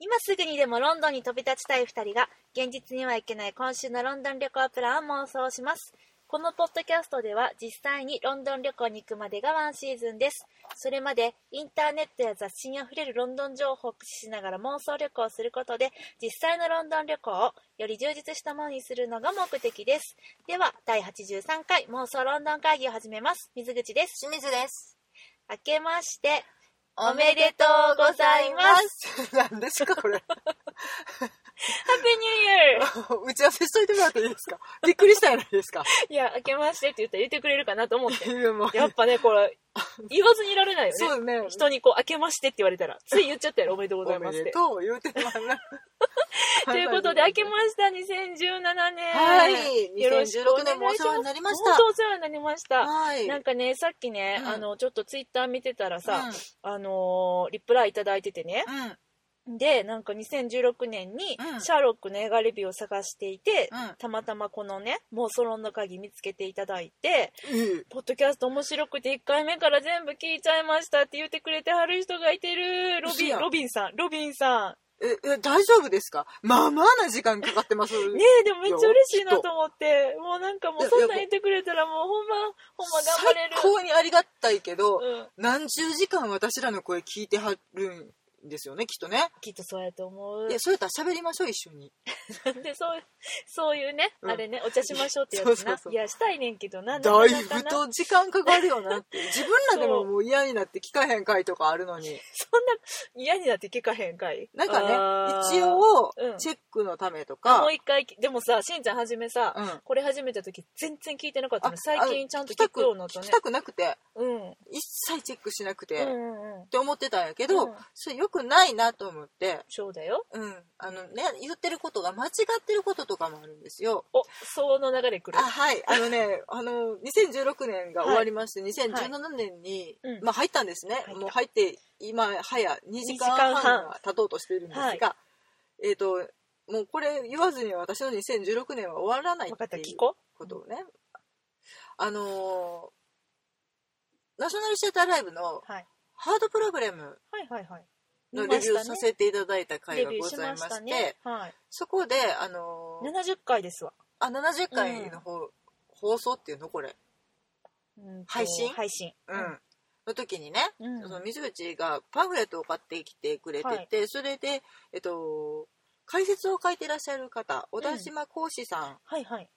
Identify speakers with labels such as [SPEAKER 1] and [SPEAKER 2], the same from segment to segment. [SPEAKER 1] 今すぐにでもロンドンに飛び立ちたい2人が現実には行けない今週のロンドン旅行プランを妄想しますこのポッドキャストでは実際にロンドン旅行に行くまでがワンシーズンですそれまでインターネットや雑誌にあふれるロンドン情報を駆使しながら妄想旅行をすることで実際のロンドン旅行をより充実したものにするのが目的ですでは第83回妄想ロンドン会議を始めます水口です
[SPEAKER 2] 清水です。。
[SPEAKER 1] 明けましておめでとうございます
[SPEAKER 2] 何ですかこれ。
[SPEAKER 1] ハッピーニューイヤー
[SPEAKER 2] 打ち合わせしといてもらっていいですか。びっくりしたじゃないですか。
[SPEAKER 1] いや、明けましてって言ったら言ってくれるかなと思って。
[SPEAKER 2] いやもう
[SPEAKER 1] やっぱね、これ、言わずにいられない
[SPEAKER 2] そ
[SPEAKER 1] よ
[SPEAKER 2] う
[SPEAKER 1] ね。
[SPEAKER 2] ね。
[SPEAKER 1] 人にこう、明けましてって言われたら、つい言っちゃったよ、おめでとう
[SPEAKER 2] お
[SPEAKER 1] ございま
[SPEAKER 2] め
[SPEAKER 1] すっ
[SPEAKER 2] で
[SPEAKER 1] て。
[SPEAKER 2] とう言うてもらな。
[SPEAKER 1] ということで、明けました2017年。
[SPEAKER 2] はい
[SPEAKER 1] よろしくお願いし
[SPEAKER 2] 2016年もお
[SPEAKER 1] ます。
[SPEAKER 2] 世話になりました
[SPEAKER 1] 本当お世話になりました。
[SPEAKER 2] はい。
[SPEAKER 1] なんかね、さっきね、
[SPEAKER 2] うん
[SPEAKER 1] あの、ちょっとツイッター見てたらさ、
[SPEAKER 2] う
[SPEAKER 1] あのーリプライいただいててね。
[SPEAKER 2] んうん
[SPEAKER 1] で、なんか2016年に
[SPEAKER 2] う、ん
[SPEAKER 1] シャーロックの映画レビューを探していて、
[SPEAKER 2] うん
[SPEAKER 1] たまたまこのね、妄想論の鍵見つけていただいて、
[SPEAKER 2] うん。
[SPEAKER 1] ポッドキャスト面白くて1回目から全部聞いちゃいましたって言ってくれてはる人がいてるロ
[SPEAKER 2] 嘘
[SPEAKER 1] ビン
[SPEAKER 2] やん
[SPEAKER 1] ロビンさんロビンさ
[SPEAKER 2] ええ大丈夫ですか。まあまあな時間かかって ます。
[SPEAKER 1] んねえでもめっちゃ嬉しいなと思ってもうなんかもうそんなん言ってくれたらもうほんまほんま頑張れ
[SPEAKER 2] 最
[SPEAKER 1] る
[SPEAKER 2] 高にありがたいけど、
[SPEAKER 1] うん、
[SPEAKER 2] 何十時間私らの声聞いてはるんですよねきっとね。
[SPEAKER 1] きっとそうやと思う
[SPEAKER 2] いやそうやったら喋りましょう一緒に。
[SPEAKER 1] でそうそういうね、
[SPEAKER 2] うん
[SPEAKER 1] あれねお茶しましょうってやつな
[SPEAKER 2] そうそうそう
[SPEAKER 1] いやしたいねんけどなな
[SPEAKER 2] だ
[SPEAKER 1] か
[SPEAKER 2] い
[SPEAKER 1] なか
[SPEAKER 2] ぶ
[SPEAKER 1] な
[SPEAKER 2] と時間かかるよ なって自分らでももう嫌になって聞かへん回とかあるのに
[SPEAKER 1] そんな嫌になって聞かへんかい
[SPEAKER 2] なんか
[SPEAKER 1] あー
[SPEAKER 2] ね一応
[SPEAKER 1] うん
[SPEAKER 2] チェックのためとか、
[SPEAKER 1] もう一回でもさしんちゃんはじめさ、
[SPEAKER 2] うん
[SPEAKER 1] これ始めた時全然聞いてなかったの
[SPEAKER 2] あ
[SPEAKER 1] 最近ちゃんと聞くようになった
[SPEAKER 2] 聞
[SPEAKER 1] ね
[SPEAKER 2] きたくなくて
[SPEAKER 1] うん
[SPEAKER 2] 一切チェックしなくて、
[SPEAKER 1] う
[SPEAKER 2] っ
[SPEAKER 1] んうんうん
[SPEAKER 2] て思ってたんやけど、
[SPEAKER 1] うん
[SPEAKER 2] それよくないなと思って、
[SPEAKER 1] そうだよ
[SPEAKER 2] うん、あのね言ってることが間違ってることとかもあるんですよ。
[SPEAKER 1] おその流れ来る
[SPEAKER 2] あはいあのねあの2016年が終わりまして、2017年に、
[SPEAKER 1] うん
[SPEAKER 2] まあ、入ったんですね、
[SPEAKER 1] 入った
[SPEAKER 2] もう入って今はや2
[SPEAKER 1] 二
[SPEAKER 2] 時間
[SPEAKER 1] 時間
[SPEAKER 2] 半
[SPEAKER 1] 半
[SPEAKER 2] が経とうとしているんですが、
[SPEAKER 1] はい
[SPEAKER 2] えっ、ともうこれ言わずには私の2016年は終わらない
[SPEAKER 1] 分
[SPEAKER 2] って
[SPEAKER 1] かった
[SPEAKER 2] い
[SPEAKER 1] 聞
[SPEAKER 2] う
[SPEAKER 1] こ
[SPEAKER 2] ことをね、あのーナショナルシアターライブの
[SPEAKER 1] はい
[SPEAKER 2] 「ハードプログラム
[SPEAKER 1] はいはいはい」
[SPEAKER 2] のレビューさ
[SPEAKER 1] 見
[SPEAKER 2] せていただいた
[SPEAKER 1] ましたね
[SPEAKER 2] 回が
[SPEAKER 1] レビュ
[SPEAKER 2] ご
[SPEAKER 1] ーし
[SPEAKER 2] ざい
[SPEAKER 1] ま
[SPEAKER 2] ま
[SPEAKER 1] した
[SPEAKER 2] して
[SPEAKER 1] ねはい
[SPEAKER 2] そこで、あのー
[SPEAKER 1] 70回ですわ、
[SPEAKER 2] あ70回の方、放送っていうのこれ
[SPEAKER 1] うんと
[SPEAKER 2] 配信
[SPEAKER 1] 配信
[SPEAKER 2] うん、の時にね、
[SPEAKER 1] うん
[SPEAKER 2] その水口がパンフレットを買ってきてくれてて、それで、えっと、解説を書いてらっしゃる方小田島講師さ
[SPEAKER 1] はいはい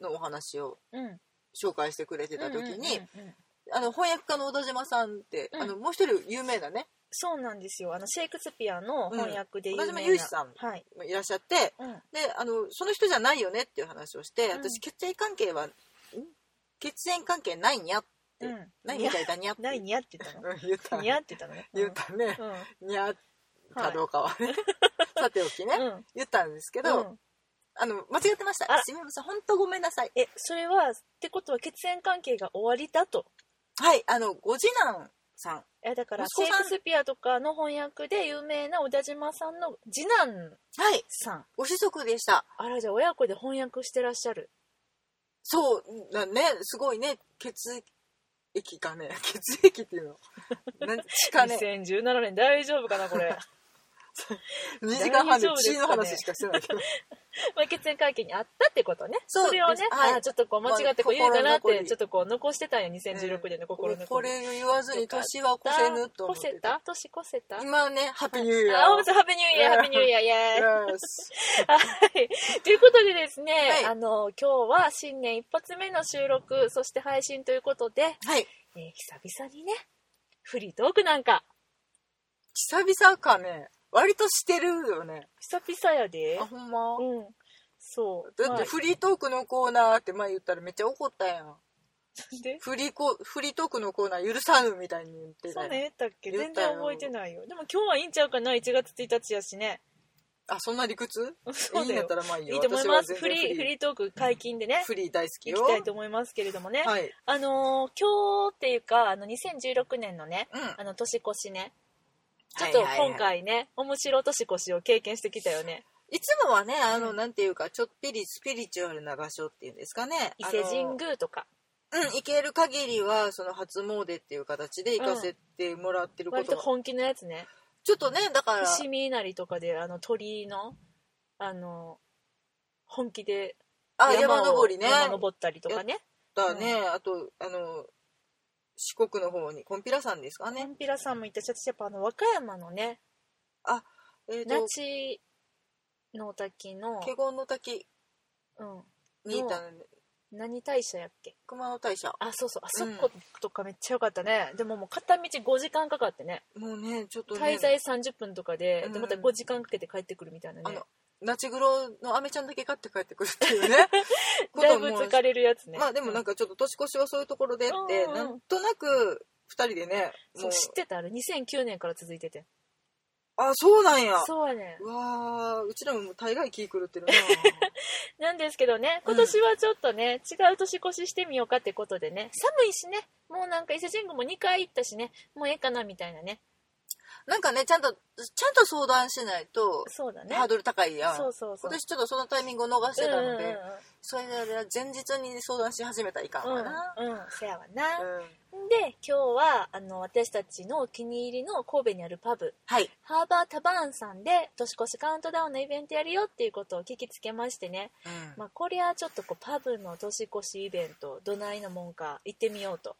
[SPEAKER 2] んのお話を
[SPEAKER 1] うん
[SPEAKER 2] 紹介してくれてた時に、
[SPEAKER 1] うんうんうん
[SPEAKER 2] あの翻訳家の小田島さんって、
[SPEAKER 1] うん
[SPEAKER 2] あのもう一人有名なね
[SPEAKER 1] そうなんですよあのシェイクスピアの翻訳で有名な、
[SPEAKER 2] うん小田島雄志さん
[SPEAKER 1] はい、
[SPEAKER 2] いらっしゃって
[SPEAKER 1] うん、
[SPEAKER 2] であのその人じゃないよねっていう話をして、
[SPEAKER 1] うん
[SPEAKER 2] 私血縁関係はん血縁関係ないんやって、
[SPEAKER 1] うん
[SPEAKER 2] ないみたいだにゃって
[SPEAKER 1] ないにやってたの
[SPEAKER 2] うん言った
[SPEAKER 1] にやってたのね
[SPEAKER 2] 言ったね、
[SPEAKER 1] うん、うん
[SPEAKER 2] にゃかどうかはね、 さておきね、
[SPEAKER 1] うん
[SPEAKER 2] 言ったんですけど、
[SPEAKER 1] うん
[SPEAKER 2] あの間違ってました
[SPEAKER 1] あら。
[SPEAKER 2] 清水さん本当ごめんなさい。
[SPEAKER 1] えそれはってことは血縁関係が終わりだと
[SPEAKER 2] はい、あのご次男さん、
[SPEAKER 1] えだからシェイ
[SPEAKER 2] 息子さ
[SPEAKER 1] ク
[SPEAKER 2] ん
[SPEAKER 1] スピアとかの翻訳で有名な小田島さんの次男
[SPEAKER 2] はい、
[SPEAKER 1] さん
[SPEAKER 2] ご子息でした。
[SPEAKER 1] あらじゃあ親子で翻訳してらっしゃる
[SPEAKER 2] そうだね、すごいね、血液がね、 血液っていうの、なん血かね、
[SPEAKER 1] 2017年大丈夫かなこ れ
[SPEAKER 2] 2時間半で
[SPEAKER 1] 大丈夫ですかね
[SPEAKER 2] 血の話しかしてないけど、
[SPEAKER 1] まあ血縁関係にあったってことね
[SPEAKER 2] そう
[SPEAKER 1] れをね、
[SPEAKER 2] はい
[SPEAKER 1] あちょっとこう間違ってこう言うかなっ
[SPEAKER 2] 心残
[SPEAKER 1] て
[SPEAKER 2] り
[SPEAKER 1] ちょっとこう残してたんよ2016年の心の
[SPEAKER 2] これを言わずに年は越せぬと思っ
[SPEAKER 1] 越せ
[SPEAKER 2] てた。
[SPEAKER 1] た年越せた
[SPEAKER 2] 今はね、ハッピーニューイヤー
[SPEAKER 1] あ、お
[SPEAKER 2] を。
[SPEAKER 1] むつハッピーニューイヤー、ハッピーニュー イヤー、イエーイ。
[SPEAKER 2] Yes
[SPEAKER 1] はい。ということでですね、
[SPEAKER 2] はい
[SPEAKER 1] あの、今日は新年一発目の収録、そして配信ということで、
[SPEAKER 2] はい、
[SPEAKER 1] えー久々にね、フリートークなんか、
[SPEAKER 2] 久々かね、割としてるよね。
[SPEAKER 1] 久々やで
[SPEAKER 2] あ、。ほんま。
[SPEAKER 1] うん。そう。
[SPEAKER 2] だってフリートークのコーナーって前言ったらめっちゃ怒ったやん。
[SPEAKER 1] はいで、
[SPEAKER 2] フリーコフリートークのコーナー許さぬみたいに言ってた
[SPEAKER 1] そ
[SPEAKER 2] よ
[SPEAKER 1] んなん言ったっけ
[SPEAKER 2] 言
[SPEAKER 1] 全
[SPEAKER 2] ったよ
[SPEAKER 1] 然覚えてないよ。でも今日はいいんちゃうかな、1月1日やしね。
[SPEAKER 2] あそんな理屈
[SPEAKER 1] そう
[SPEAKER 2] いい
[SPEAKER 1] だ
[SPEAKER 2] んやっ
[SPEAKER 1] よ
[SPEAKER 2] た。らまあいいよ
[SPEAKER 1] いいと思い
[SPEAKER 2] 私
[SPEAKER 1] ま
[SPEAKER 2] は
[SPEAKER 1] す。
[SPEAKER 2] 全然
[SPEAKER 1] フリー、フリートーク解禁でね、
[SPEAKER 2] フリー大好き
[SPEAKER 1] 行
[SPEAKER 2] よ
[SPEAKER 1] きたいと思いますけれどもね。
[SPEAKER 2] はい
[SPEAKER 1] あのー今日っていうか、あの、2016年のね、
[SPEAKER 2] うん
[SPEAKER 1] あの、年越しね、ちょっ
[SPEAKER 2] はい
[SPEAKER 1] と
[SPEAKER 2] はいはい
[SPEAKER 1] 今回ね、面白年越しを経験してきたよね。
[SPEAKER 2] いつもはねあの、
[SPEAKER 1] うん
[SPEAKER 2] なんていうかちょっぴりスピリチュアルな場所っていうんですかね
[SPEAKER 1] 伊勢神宮とか、
[SPEAKER 2] あのうん行ける限りはその初詣っていう形で行かせてもらってるこ
[SPEAKER 1] 割
[SPEAKER 2] と
[SPEAKER 1] と
[SPEAKER 2] が、
[SPEAKER 1] 本気のやつね。
[SPEAKER 2] ちょっとねだから
[SPEAKER 1] 伏見稲荷とかであの鳥居のあの本気で
[SPEAKER 2] あ
[SPEAKER 1] を
[SPEAKER 2] 山登りね
[SPEAKER 1] 山登ったりとかね
[SPEAKER 2] だね、あとあの四国の方にコンピラ山ですか
[SPEAKER 1] ね
[SPEAKER 2] ね
[SPEAKER 1] んぴらさんも言ったし私やっぱあの和歌山のね
[SPEAKER 2] えっ、
[SPEAKER 1] 那
[SPEAKER 2] と
[SPEAKER 1] 智の滝の、
[SPEAKER 2] 華厳の滝
[SPEAKER 1] うん、
[SPEAKER 2] にいたので
[SPEAKER 1] 何大社やっけ
[SPEAKER 2] 熊野大社
[SPEAKER 1] あそうそうあそ
[SPEAKER 2] うん
[SPEAKER 1] ことかめっちゃ良かったね、でももう片道5時間かかってね
[SPEAKER 2] もうねちょっとね
[SPEAKER 1] 滞在30分とかで,、
[SPEAKER 2] うん
[SPEAKER 1] でまた5時間かけて帰ってくるみたいな
[SPEAKER 2] あ
[SPEAKER 1] ね
[SPEAKER 2] のナチグロのアメちゃんだけ買って帰ってくるって いうね
[SPEAKER 1] だいぶ
[SPEAKER 2] もう
[SPEAKER 1] 疲れるやつね
[SPEAKER 2] まあでもなんかちょっと年越しはそういうところでって、
[SPEAKER 1] うんうん
[SPEAKER 2] なんとなく2人でね
[SPEAKER 1] そう知ってたあれ2009年から続いてて
[SPEAKER 2] あそうなんや
[SPEAKER 1] そうやね
[SPEAKER 2] うわーうちらももう大概気狂ってるな
[SPEAKER 1] なんですけどね今年はちょっとね、違う年越ししてみようかってことでね寒いしねもうなんか伊勢神宮も2回行ったしねもうええかなみたいなね
[SPEAKER 2] なんかねちゃんとちゃんと相談しないと
[SPEAKER 1] そうだね
[SPEAKER 2] ハードル高いやん、
[SPEAKER 1] そうそうそう
[SPEAKER 2] 今年ちょっとそのタイミングを逃してた
[SPEAKER 1] うん
[SPEAKER 2] の
[SPEAKER 1] うん
[SPEAKER 2] で、それで前日に相談し始めたらいかん
[SPEAKER 1] うん
[SPEAKER 2] わな、
[SPEAKER 1] うんうんせやわな、
[SPEAKER 2] うん
[SPEAKER 1] で今日はあの私たちのお気に入りの神戸にあるパブ
[SPEAKER 2] はい
[SPEAKER 1] ハーバータバーンさんで年越しカウントダウンのイベントやるよっていうことを聞きつけましてね、まあ、こりゃちょっとこうパブの年越しイベントどないのもんか行ってみようと、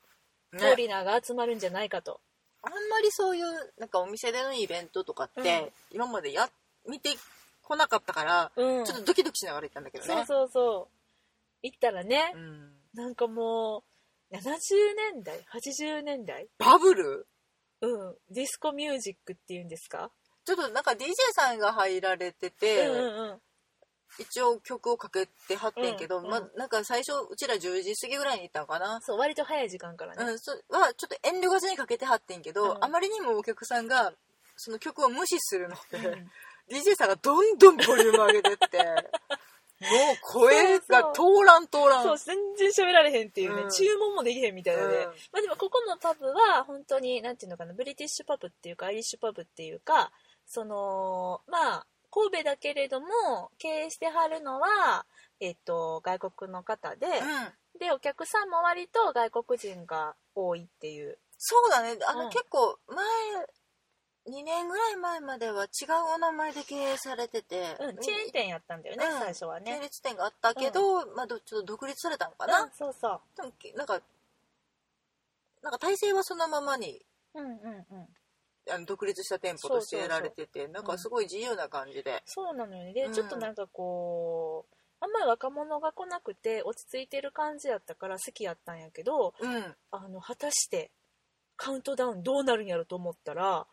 [SPEAKER 2] ね
[SPEAKER 1] トーリナーが集まるんじゃないかと
[SPEAKER 2] あんまりそういうなんかお店でのイベントとかって、
[SPEAKER 1] うん
[SPEAKER 2] 今までや見てこなかったから、
[SPEAKER 1] うん
[SPEAKER 2] ちょっとドキドキしながら行ったんだけどね
[SPEAKER 1] そうそうそう行ったらね、
[SPEAKER 2] うん
[SPEAKER 1] なんかもう70年代80年代
[SPEAKER 2] バブル
[SPEAKER 1] うんディスコミュージックっていうんですか、
[SPEAKER 2] ちょっとなんか DJ さんが入られてて、
[SPEAKER 1] うんうんうん
[SPEAKER 2] 一応曲をかけてはってんけど、
[SPEAKER 1] うんうん
[SPEAKER 2] ま、なんか最初うちら10時過ぎぐらいに行ったのかな、
[SPEAKER 1] そう割と早い時間からね、
[SPEAKER 2] うん、そはちょっと遠慮がちにかけてはってんけど、
[SPEAKER 1] うん
[SPEAKER 2] あまりにもお客さんがその曲を無視するの で、
[SPEAKER 1] うん
[SPEAKER 2] DJ さんがどんどんボリューム上げてって もう声が通らん通らん
[SPEAKER 1] そう全然喋られへんっていうね、
[SPEAKER 2] うん
[SPEAKER 1] 注文もできへんみたいなね、
[SPEAKER 2] うん
[SPEAKER 1] まあでもここのパブは本当になんていうのかなブリティッシュパブっていうかアイリッシュパブっていうかそのまあ神戸だけれども経営してはるのは、えっと外国の方で、
[SPEAKER 2] うん
[SPEAKER 1] でお客さんも割と外国人が多いっていう
[SPEAKER 2] そうだねあの、
[SPEAKER 1] うん
[SPEAKER 2] 結構前2年ぐらい前までは違うお名前で経営されてて、
[SPEAKER 1] うん、チェーン店やったんだよね、
[SPEAKER 2] うん
[SPEAKER 1] 最初は
[SPEAKER 2] 系
[SPEAKER 1] ね。
[SPEAKER 2] 列店があったけど、まあどちょっと独立されたのかな、
[SPEAKER 1] うんそうそう。
[SPEAKER 2] でもなんかなんか体制はそのままに
[SPEAKER 1] うんうんうん。
[SPEAKER 2] あの独立した店舗として
[SPEAKER 1] そうそうそ
[SPEAKER 2] や
[SPEAKER 1] う
[SPEAKER 2] られててなんかすごい自由な感じで、
[SPEAKER 1] そうなのよね。で、
[SPEAKER 2] うん
[SPEAKER 1] ちょっとなんかこう、あんまり若者が来なくて落ち着いてる感じやったから好きやったんやけど、
[SPEAKER 2] うん
[SPEAKER 1] あの、果たしてカウントダウンどうなるんやろと思ったら、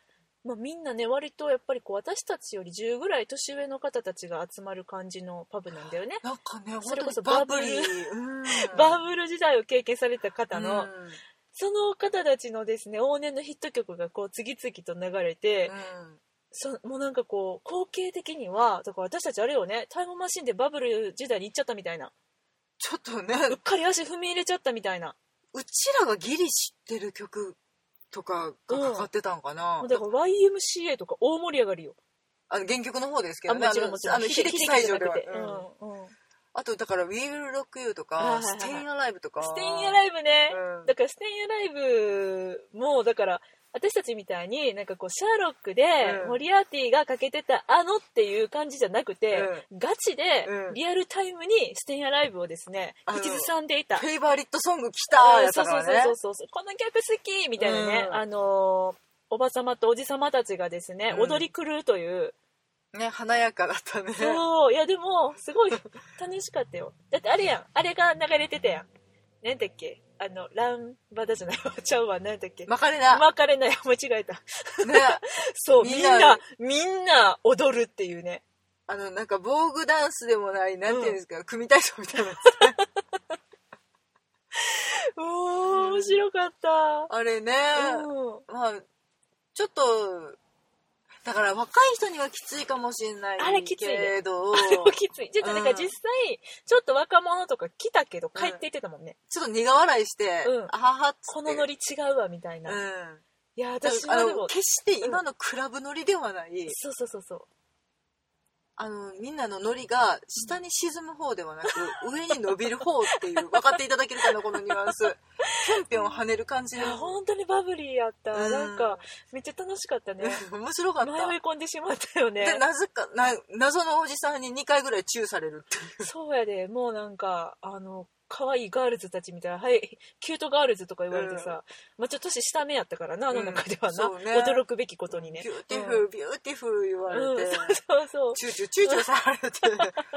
[SPEAKER 1] まあみんなね、割とやっぱりこう私たちより10ぐらい年上の方たちが集まる感じのパブなんだよね。
[SPEAKER 2] なんかね
[SPEAKER 1] そ
[SPEAKER 2] 本
[SPEAKER 1] れ
[SPEAKER 2] 当
[SPEAKER 1] こ
[SPEAKER 2] に
[SPEAKER 1] そ
[SPEAKER 2] バブリー
[SPEAKER 1] バ、
[SPEAKER 2] うん、
[SPEAKER 1] バブル時代を経験された方の、
[SPEAKER 2] うん
[SPEAKER 1] その方たちのですね、往年のヒット曲がこう次々と流れて、
[SPEAKER 2] うん
[SPEAKER 1] そもうなんかこう光景的にはだから私たちあれよねタイムマシンでバブル時代に行っちゃったみたいな
[SPEAKER 2] ちょっとね
[SPEAKER 1] うっかり足踏み入れちゃったみたいな
[SPEAKER 2] うちらがギリ知ってる曲とかがかかってたんかな、
[SPEAKER 1] もうだから YMCA とか大盛り上がりよ
[SPEAKER 2] あの原曲の方ですけ
[SPEAKER 1] あ
[SPEAKER 2] どね
[SPEAKER 1] もちろんもちろん
[SPEAKER 2] あの
[SPEAKER 1] 秀樹
[SPEAKER 2] 秀樹
[SPEAKER 1] 秀樹
[SPEAKER 2] 西
[SPEAKER 1] じゃな
[SPEAKER 2] 条で
[SPEAKER 1] く
[SPEAKER 2] は、
[SPEAKER 1] てう
[SPEAKER 2] うん
[SPEAKER 1] んうん
[SPEAKER 2] あとだから「We Will Rock You」と
[SPEAKER 1] はいはい
[SPEAKER 2] か「
[SPEAKER 1] はい
[SPEAKER 2] Staying Alive」とか
[SPEAKER 1] ステインアライブね、
[SPEAKER 2] うん
[SPEAKER 1] だからステインアライブもだから私たちみたいになんかこうシャーロックで
[SPEAKER 2] うん
[SPEAKER 1] モリアーティがかけてたあのっていう感じじゃなくて、ガチで
[SPEAKER 2] うん
[SPEAKER 1] リアルタイムにステインアライブをですね
[SPEAKER 2] あの
[SPEAKER 1] 口ずさんでいた
[SPEAKER 2] フェイバーリットソング来た
[SPEAKER 1] う
[SPEAKER 2] や
[SPEAKER 1] ん
[SPEAKER 2] つ
[SPEAKER 1] そ
[SPEAKER 2] だ
[SPEAKER 1] う
[SPEAKER 2] か
[SPEAKER 1] そう
[SPEAKER 2] らね
[SPEAKER 1] そうそうそうこの曲好きみたいなね、
[SPEAKER 2] うん
[SPEAKER 1] あのーおばさまとおじさまたちがですね、
[SPEAKER 2] うん
[SPEAKER 1] 踊り狂うと いう
[SPEAKER 2] ね華やかだったね
[SPEAKER 1] そういやでもすごい楽しかったよだってあれやんあれが流れてたやん何だっけあのランバダじゃないわ ちゃうわ何だっけ
[SPEAKER 2] まかれな、
[SPEAKER 1] まかれない間違えた
[SPEAKER 2] ね
[SPEAKER 1] そうみ
[SPEAKER 2] み
[SPEAKER 1] ん
[SPEAKER 2] ん
[SPEAKER 1] な
[SPEAKER 2] な
[SPEAKER 1] みんな踊るっていうね
[SPEAKER 2] あのなんか防具ダンスでもないなんていうんですか、組体操みたいなやつ
[SPEAKER 1] うおー面白かった
[SPEAKER 2] あれね、
[SPEAKER 1] うん
[SPEAKER 2] まあちょっとだから若い人にはきついかもしれない
[SPEAKER 1] あれきついね
[SPEAKER 2] けど
[SPEAKER 1] でもきついちょっとなんか
[SPEAKER 2] うん
[SPEAKER 1] 実際ちょっと若者とか来たけど帰っていってたもんね、
[SPEAKER 2] ちょっと苦笑いして、
[SPEAKER 1] うん
[SPEAKER 2] あははっつって
[SPEAKER 1] このノリ違うわみたいな、
[SPEAKER 2] う
[SPEAKER 1] い
[SPEAKER 2] ん
[SPEAKER 1] や
[SPEAKER 2] だ
[SPEAKER 1] 私
[SPEAKER 2] から
[SPEAKER 1] は
[SPEAKER 2] あ
[SPEAKER 1] で
[SPEAKER 2] の
[SPEAKER 1] も
[SPEAKER 2] 決して今のクラブ乗りではない、
[SPEAKER 1] そうそうそうそう
[SPEAKER 2] あのみんなのノリが下に沈む方では なく、上に伸びる方っていう分かっていただけるかなこのニュアンスぴょんぴょん跳ねる感じ
[SPEAKER 1] いや
[SPEAKER 2] の
[SPEAKER 1] 本当にバブリーやった、
[SPEAKER 2] うん
[SPEAKER 1] なんかめっちゃ楽しかったね
[SPEAKER 2] 面白かっ
[SPEAKER 1] 迷い
[SPEAKER 2] た
[SPEAKER 1] 込んでしまったよね
[SPEAKER 2] でなぜかな謎のおじさんに2回ぐらいチューされるって いう
[SPEAKER 1] そうやでもうなんかあの可愛いガールズたちみたいな「はいキュートガールズ」とか言われてさ、まあ、ちょっと年下目やったからなあの中ではな、
[SPEAKER 2] うんそうね
[SPEAKER 1] 驚くべきことにね
[SPEAKER 2] ビューティフルビューティフル言わ
[SPEAKER 1] うんうん
[SPEAKER 2] れて、
[SPEAKER 1] そうそうそ
[SPEAKER 2] チューチューチューチューされ て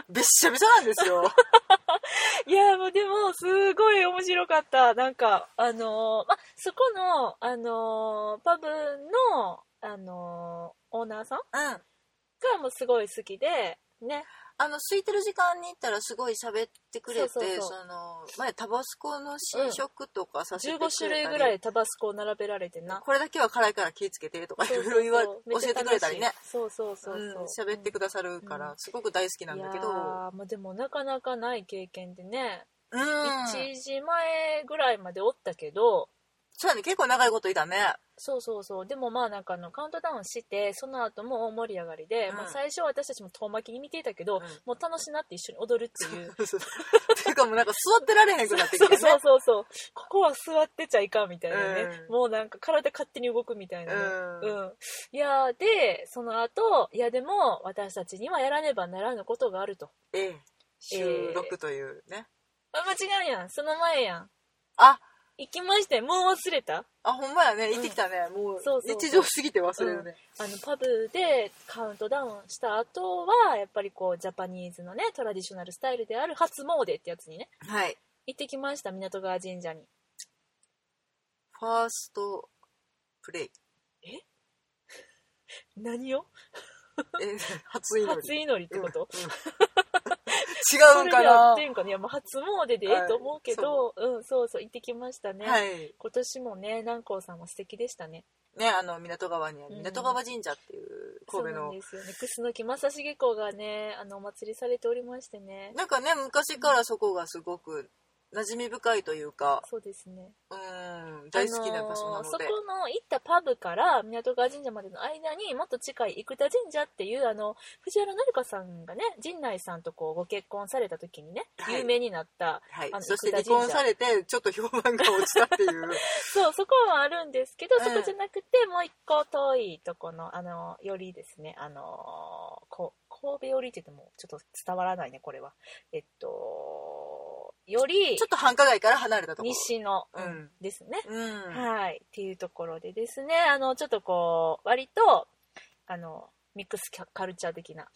[SPEAKER 2] びっしゃびしゃなんですよ
[SPEAKER 1] ういやもうでもすごい面白かったなんかあのーまあそこの、あのーパブの、あのーオーナーさん
[SPEAKER 2] うん
[SPEAKER 1] がもうすごい好きでね
[SPEAKER 2] あの空いてる時間に行ったらすごい喋ってくれて
[SPEAKER 1] そ
[SPEAKER 2] そう
[SPEAKER 1] そうそう
[SPEAKER 2] の前タバスコの新色とかさせてくれた
[SPEAKER 1] 15
[SPEAKER 2] り、
[SPEAKER 1] 種類ぐらいタバスコを並べられてな
[SPEAKER 2] これだけは辛いから気ぃつけてとかいろいろ言わ教えてくれたりね
[SPEAKER 1] そうそうそううんそう
[SPEAKER 2] 喋、ってくださるから、
[SPEAKER 1] うん
[SPEAKER 2] すごく大好きなんだけど
[SPEAKER 1] いやーまあ、でもなかなかない経験でね、
[SPEAKER 2] うん
[SPEAKER 1] 1時前ぐらいまでおったけど
[SPEAKER 2] そうやね結構長いこといたね
[SPEAKER 1] そうそうそうでもまあなんかあのカウントダウンしてその後も大盛り上がりで、
[SPEAKER 2] うん
[SPEAKER 1] まあ、最初は私たちも遠巻きに見ていたけど、
[SPEAKER 2] うん
[SPEAKER 1] もう楽しなって一緒に踊るって いう
[SPEAKER 2] ていうかもうなんか座ってられへんくなってき
[SPEAKER 1] そ
[SPEAKER 2] て
[SPEAKER 1] う
[SPEAKER 2] ね
[SPEAKER 1] そうそうそうここは座ってちゃいかんみたいなね、
[SPEAKER 2] うん
[SPEAKER 1] もうなんか体勝手に動くみたいなね、
[SPEAKER 2] うん
[SPEAKER 1] うん、いやーでその後いやでも私たちにはやらねばならぬことがあると
[SPEAKER 2] ええ収録というね、
[SPEAKER 1] あ間違うやんその前やん
[SPEAKER 2] あ
[SPEAKER 1] 行きましたよもう忘れた
[SPEAKER 2] あほんまやね行ってきたね、もう
[SPEAKER 1] そうそうそう
[SPEAKER 2] 日常すぎて忘れるね、
[SPEAKER 1] あのパブでカウントダウンした後はやっぱりこうジャパニーズのねトラディショナルスタイルである初詣ってやつにね
[SPEAKER 2] はい
[SPEAKER 1] 行ってきました港川神社に
[SPEAKER 2] ファーストプレイ
[SPEAKER 1] 何を
[SPEAKER 2] え初祈
[SPEAKER 1] 初
[SPEAKER 2] り
[SPEAKER 1] 祈りってこと、
[SPEAKER 2] うんうん
[SPEAKER 1] そ
[SPEAKER 2] 違うん
[SPEAKER 1] れ
[SPEAKER 2] か
[SPEAKER 1] でや
[SPEAKER 2] な
[SPEAKER 1] ってんかねいやもう初詣でええと思うけど、うんそうそう行ってきましたね、
[SPEAKER 2] はい
[SPEAKER 1] 今年もね南光さんは素敵でしたね
[SPEAKER 2] ねあの港川にある
[SPEAKER 1] うん
[SPEAKER 2] 港川神社っていう神戸
[SPEAKER 1] そうな
[SPEAKER 2] の
[SPEAKER 1] んですよね楠木正成公がねあのお祭りされておりましてね
[SPEAKER 2] なんかね昔からそこがすごく馴染み深いというか
[SPEAKER 1] そうですね
[SPEAKER 2] うん大好きな場所な
[SPEAKER 1] あのーそ
[SPEAKER 2] の
[SPEAKER 1] こ
[SPEAKER 2] で、
[SPEAKER 1] の行ったパブから港川神社までの間にもっと近い生田神社っていうあの藤原紀香さんがね陣内さんとこうご結婚された時にね
[SPEAKER 2] はい
[SPEAKER 1] 有名になった、
[SPEAKER 2] はい
[SPEAKER 1] あの、
[SPEAKER 2] そして
[SPEAKER 1] 生
[SPEAKER 2] 離
[SPEAKER 1] 田神
[SPEAKER 2] 婚
[SPEAKER 1] 社
[SPEAKER 2] されてちょっと評判が落ちたっていう
[SPEAKER 1] そうそこはあるんですけど、
[SPEAKER 2] うん
[SPEAKER 1] そこじゃなくてもう一個遠いとこのあのよりですねあのーこ神戸寄りって言ってもちょっと伝わらないねこれはえっとより
[SPEAKER 2] ちょっと繁華街から離れたところ
[SPEAKER 1] 西の、
[SPEAKER 2] うん
[SPEAKER 1] ですね
[SPEAKER 2] うん、
[SPEAKER 1] はい、っていうところでですねあのちょっとこう割とあのミックスキャカルチャー的な、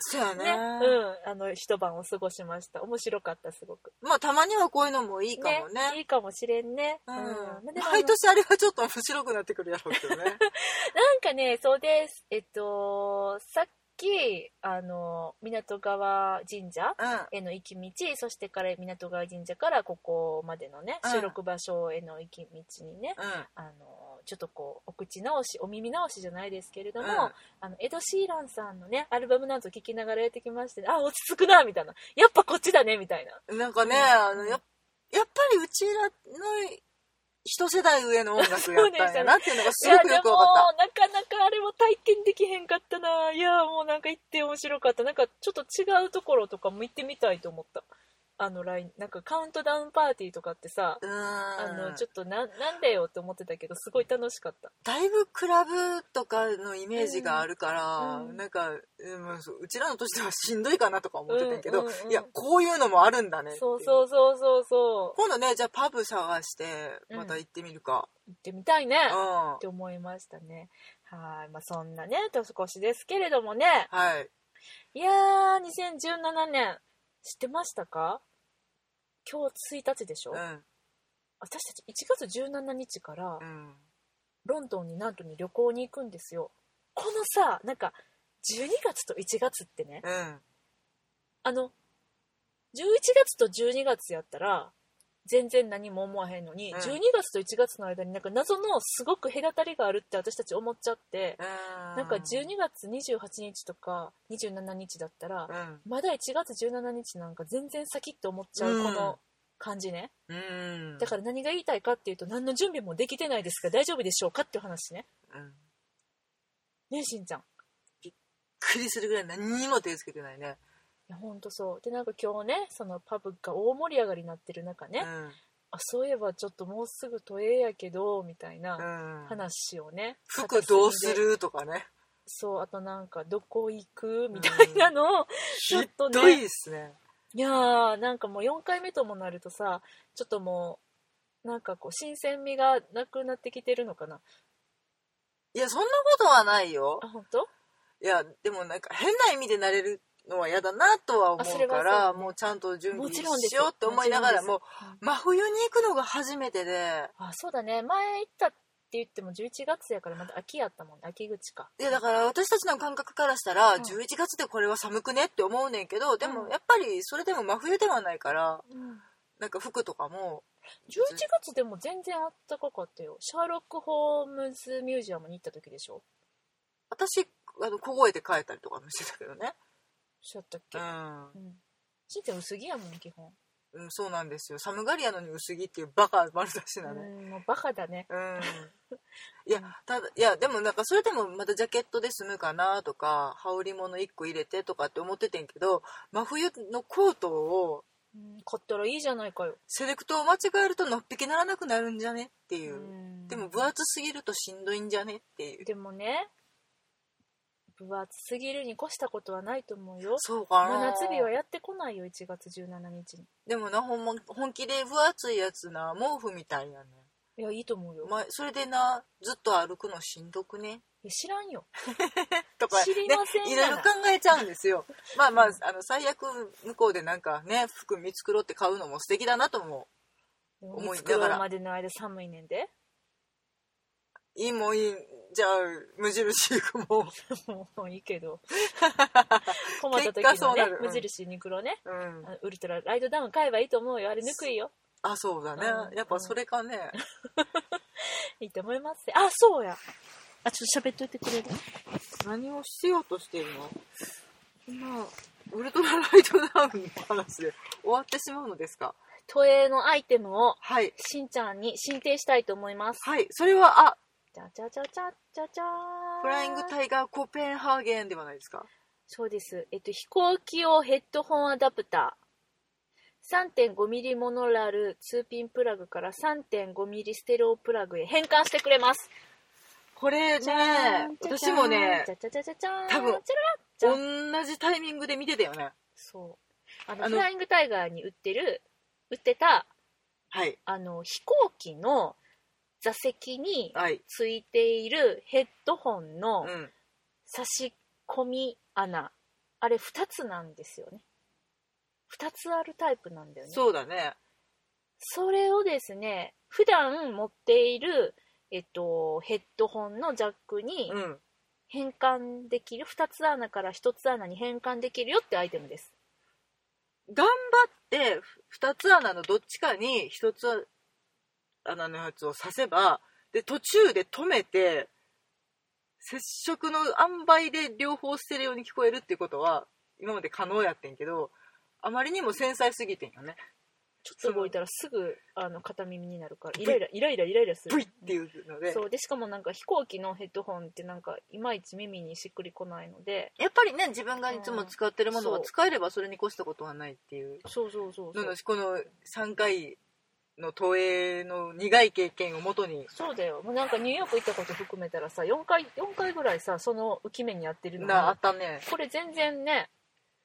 [SPEAKER 2] そうや
[SPEAKER 1] ね
[SPEAKER 2] ね
[SPEAKER 1] うん、あの一晩を過ごしました面白かったすごく
[SPEAKER 2] まあたまにはこういうのもいいかもね
[SPEAKER 1] いいかもしれんね、
[SPEAKER 2] うん
[SPEAKER 1] まあでもあの
[SPEAKER 2] 毎年あれはちょっと面白くなってくるやろうけ どね
[SPEAKER 1] なんかねそうですえっとさっきあの港川神社
[SPEAKER 2] うん
[SPEAKER 1] への行き道そしてから港川神社からここまでのね
[SPEAKER 2] うん
[SPEAKER 1] 収録場所への行き道にね、
[SPEAKER 2] うん
[SPEAKER 1] あのちょっとこうお口直しお耳直しじゃないですけれども、
[SPEAKER 2] うん
[SPEAKER 1] あのエド・シーランさんのねアルバムなんぞ聴きながらやってきましてあ落ち着くなみたいなやっぱこっちだねみたいな
[SPEAKER 2] なんかね、
[SPEAKER 1] うん
[SPEAKER 2] あのややっぱりうちらの一世代上の音楽やったんやなっていうのがすごくよく分かっ
[SPEAKER 1] いやでもなかなかあれも体験できへんかったないやもうなんか行って面白かったなんかちょっと違うところとかも行ってみたいと思ったあのラインなんかカウントダウンパーティーとかってさ、
[SPEAKER 2] た。う
[SPEAKER 1] あ
[SPEAKER 2] ー
[SPEAKER 1] の
[SPEAKER 2] ん
[SPEAKER 1] ちょっとななんだよって思ってたけどすごい楽しかった
[SPEAKER 2] だいぶクラブとかのイメージがあるから、
[SPEAKER 1] うんうん
[SPEAKER 2] なんか、うんそううちらの年ではしんどいかなとか思ってたんやけど、
[SPEAKER 1] うんうんうん
[SPEAKER 2] いやこういうのもあるんだねってい
[SPEAKER 1] そうそうそうそうそう
[SPEAKER 2] 今度ねじゃあパブ探してまた行ってみるか、
[SPEAKER 1] 行ってみたいね、
[SPEAKER 2] うん
[SPEAKER 1] って思いましたね。はい。まあ、そんなね、年越しですけれどもね。
[SPEAKER 2] はい
[SPEAKER 1] いやー、2017年、知ってましたか今日1日でしょ、
[SPEAKER 2] うん
[SPEAKER 1] 私たち1月17日から
[SPEAKER 2] うん
[SPEAKER 1] ロンドンになんとに旅行に行くんですよ。このさ、なんか、12月と1月ってね、
[SPEAKER 2] うん
[SPEAKER 1] あの、11月と12月やったら、全然何も思わへんのに、
[SPEAKER 2] うん
[SPEAKER 1] 12月と1月の間になんか謎のすごく隔たりがあるって私たち思っちゃって、なんか12月28日とか27日だったら、
[SPEAKER 2] うん
[SPEAKER 1] まだ1月17日なんか全然先って思っちゃ
[SPEAKER 2] う
[SPEAKER 1] うんこの感じね、
[SPEAKER 2] うん
[SPEAKER 1] だから何が言いたいかっていうと何の準備もできてないですが大丈夫でしょうかっていう話ね
[SPEAKER 2] ら、うん
[SPEAKER 1] ねえしんちゃん
[SPEAKER 2] びっくりするぐらい何にも手つけてないね。
[SPEAKER 1] いやほんとそうでなんか今日ねそのパブが大盛り上がりになってる中ね、
[SPEAKER 2] うん
[SPEAKER 1] あそういえばちょっともうすぐ都営やけどみたいな
[SPEAKER 2] うん、
[SPEAKER 1] 話をね、
[SPEAKER 2] 服どうす
[SPEAKER 1] 片隅で
[SPEAKER 2] るとかね。
[SPEAKER 1] そうあとなんかどこ行くみたいなのを、ちょっと
[SPEAKER 2] ひ
[SPEAKER 1] ね
[SPEAKER 2] どいっすね。
[SPEAKER 1] いやーなんかもう4回目ともなるとさちょっともうなんかこう新鮮味がなくなってきてるのかない
[SPEAKER 2] や、そんなことはないよ
[SPEAKER 1] あ。本当
[SPEAKER 2] いや、でもなんか変な意味でなれるのは嫌だなとは思
[SPEAKER 1] あそれ
[SPEAKER 2] う
[SPEAKER 1] はそ
[SPEAKER 2] か
[SPEAKER 1] うだ
[SPEAKER 2] ら、
[SPEAKER 1] ね
[SPEAKER 2] もうちゃんと準備
[SPEAKER 1] もちろんです
[SPEAKER 2] しようって思いながら、も
[SPEAKER 1] も
[SPEAKER 2] う真冬に行くのが初めてで、
[SPEAKER 1] あそうだね前行ったって言っても11月やからまだ秋やったもんね秋口か
[SPEAKER 2] いやだから私たちの感覚からしたら、
[SPEAKER 1] うん
[SPEAKER 2] 11月でこれは寒くねって思うねんけど、で
[SPEAKER 1] う
[SPEAKER 2] も
[SPEAKER 1] ん
[SPEAKER 2] やっぱりそれでも真冬ではないから、
[SPEAKER 1] うん
[SPEAKER 2] なんか服とかも、
[SPEAKER 1] 11月でも全然あったかかったよシャーロック・ホームズミュージアムに行った時でしょ
[SPEAKER 2] 私、あの、小声で帰ったりとかもしてたけどね。
[SPEAKER 1] そうやったっけ
[SPEAKER 2] うん
[SPEAKER 1] うんしんちゃん薄着やもん基本
[SPEAKER 2] うん、そうなんですよ寒がりやのに薄着っていうバカ丸出しなね
[SPEAKER 1] うんもうバカだね
[SPEAKER 2] うん、いやただいやでもなんかそれでもまたジャケットで済むかなとか羽織物1個入れてとかって思っててんけど真冬のコートを
[SPEAKER 1] うん買ったらいいじゃないかよ
[SPEAKER 2] セレクトを間違えるとのっぴきならなくなるんじゃねっていう、
[SPEAKER 1] うん
[SPEAKER 2] でも分厚すぎるとしんどいんじゃねっていう
[SPEAKER 1] でもね分厚すぎるに越したことはないと思うよ
[SPEAKER 2] そうか
[SPEAKER 1] 真
[SPEAKER 2] な
[SPEAKER 1] 夏日はやってこないよ1月17日に
[SPEAKER 2] でもなほん、ま、本気で分厚いやつな毛布みたいやね
[SPEAKER 1] いやいいと思うよ、
[SPEAKER 2] まそれでなずっと歩くのしんどくね
[SPEAKER 1] いや知らんよ
[SPEAKER 2] とか、
[SPEAKER 1] 知
[SPEAKER 2] ね
[SPEAKER 1] りませんがない
[SPEAKER 2] ろいろ考えちゃうんですよ。まあまあ、あの、最悪、向こうでなんかね、服見繕って買うのも素敵だなとも。思
[SPEAKER 1] 見
[SPEAKER 2] い
[SPEAKER 1] つ
[SPEAKER 2] ながら
[SPEAKER 1] までの間寒いねんで
[SPEAKER 2] いいもんいい。じゃあ、無印行くもん。
[SPEAKER 1] もういいけ ど困った時
[SPEAKER 2] 結果そ
[SPEAKER 1] の
[SPEAKER 2] う
[SPEAKER 1] ね
[SPEAKER 2] なるうん
[SPEAKER 1] 無印ユニクロね
[SPEAKER 2] うん
[SPEAKER 1] あ。のウルトラライトダウン買えばいいと思うよあれぬくいよ
[SPEAKER 2] あ、そうだね
[SPEAKER 1] う。ん
[SPEAKER 2] やっぱそれかね。
[SPEAKER 1] いいと思いますよあそうやあちょっと喋っといてくれる
[SPEAKER 2] 何をしようとしてるのまあ、ウルトラライトダウンの話で終わってしまうのですか
[SPEAKER 1] 都営のアイテムを
[SPEAKER 2] はい。
[SPEAKER 1] しんちゃんに進呈したいと思います
[SPEAKER 2] はい。それは、あ、
[SPEAKER 1] じゃじゃじゃじゃじゃじゃーん
[SPEAKER 2] フライングタイガーコペンハーゲンではないですか
[SPEAKER 1] そうです。えっと、飛行機用ヘッドホンアダプター。3.5ミリモノラル2ピンプラグから3.5ミリステレオプラグへ変換してくれます。
[SPEAKER 2] これ
[SPEAKER 1] じゃ
[SPEAKER 2] ね
[SPEAKER 1] ーん、
[SPEAKER 2] 私もね
[SPEAKER 1] じ、ゃじゃじゃじゃじゃーん。
[SPEAKER 2] 多分
[SPEAKER 1] じゃららじゃ
[SPEAKER 2] 同
[SPEAKER 1] ん
[SPEAKER 2] じタイミングで見てたよね。
[SPEAKER 1] そう。あの、
[SPEAKER 2] あの
[SPEAKER 1] フライングタイガーに売ってる、売ってた、
[SPEAKER 2] はい。
[SPEAKER 1] あの、飛行機の座席に
[SPEAKER 2] はい。
[SPEAKER 1] ついているヘッドホンの
[SPEAKER 2] うん。
[SPEAKER 1] 差し込み穴。あれ2つなんですよね。2つあるタイプなんだよね。
[SPEAKER 2] そうだね。
[SPEAKER 1] それをですね、普段持っている、えっと、ヘッドホンのジャックに
[SPEAKER 2] うん。
[SPEAKER 1] 変換できる、2つ穴から1つ穴に変換できるよってアイテムです。
[SPEAKER 2] 頑張って、二つ穴のどっちかに一つ穴のやつを刺せば、で、途中で止めて、接触の塩梅で両方捨てるように聞こえるっていうことは、今まで可能やってんけど、あまりにも繊細すぎてんよね。
[SPEAKER 1] ちょっと動いたらすぐあの片耳になるから、イライラ、イライラ、イライラす
[SPEAKER 2] ブ
[SPEAKER 1] る
[SPEAKER 2] イ。っていうので。
[SPEAKER 1] そうでしかもなんか飛行機のヘッドホンってなんかいまいち耳にしっくりこないので
[SPEAKER 2] やっぱりね、自分がいつも使ってるもの
[SPEAKER 1] う
[SPEAKER 2] が
[SPEAKER 1] んそう
[SPEAKER 2] 使えればそれに越したことはないっていう。
[SPEAKER 1] そうそうそうそ
[SPEAKER 2] なの
[SPEAKER 1] う
[SPEAKER 2] で、この3回の投影の苦い経験をもとに、
[SPEAKER 1] そうだよもうなんかニューヨーク行ったこと含めたらさ4回4回ぐらいさその浮き目にやってるのに
[SPEAKER 2] なあったね
[SPEAKER 1] これ全然ね